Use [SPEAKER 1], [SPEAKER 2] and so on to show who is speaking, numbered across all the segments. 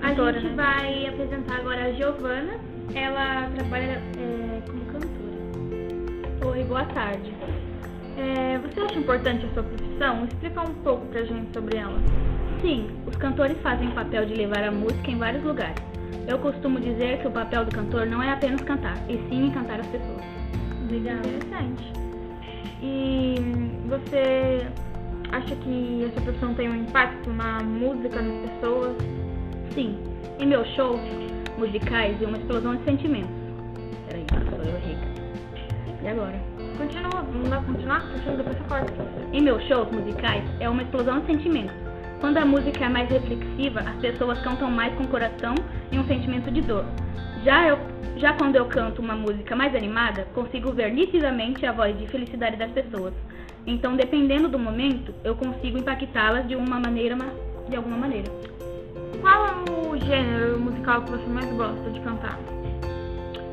[SPEAKER 1] cantora,
[SPEAKER 2] a gente
[SPEAKER 1] né?
[SPEAKER 2] vai apresentar agora a Giovana. Ela trabalha é, como cantora. Oi, boa tarde. É, você acha importante a sua profissão? Explica um pouco pra gente sobre ela.
[SPEAKER 1] Sim, os cantores fazem o papel de levar a música em vários lugares. Eu costumo dizer que o papel do cantor não é apenas cantar, e sim encantar as pessoas.
[SPEAKER 2] Legal. Interessante. E você acha que essa profissão tem um impacto na música, nas pessoas?
[SPEAKER 1] Sim, em meus shows musicais e uma explosão de sentimentos. Peraí, sou eu rica. E agora?
[SPEAKER 2] Continua, não dá pra continuar? Continua, depois você corta.
[SPEAKER 1] Em meus shows musicais é uma explosão de sentimentos. Quando a música é mais reflexiva, as pessoas cantam mais com o coração e um sentimento de dor. Já, eu, já quando eu canto uma música mais animada, consigo ver nitidamente a voz de felicidade das pessoas. Então, dependendo do momento, eu consigo impactá-las de uma maneira, ma- de alguma maneira.
[SPEAKER 2] Qual é o gênero musical que você mais gosta de cantar?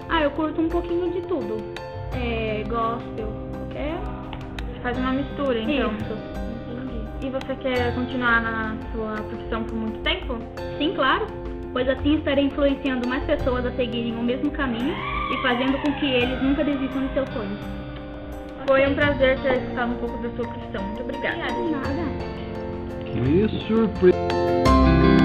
[SPEAKER 1] Ah, eu curto um pouquinho de tudo. É, gospel, é,
[SPEAKER 2] Você faz uma mistura, então.
[SPEAKER 1] isso.
[SPEAKER 2] E você quer continuar na sua profissão por muito tempo?
[SPEAKER 1] Sim, claro, pois assim estarei influenciando mais pessoas a seguirem o mesmo caminho e fazendo com que eles nunca desistam de seus sonhos.
[SPEAKER 2] Foi um prazer ter escutado um pouco da sua profissão. Muito obrigada.
[SPEAKER 1] Obrigada.
[SPEAKER 3] Que surpresa!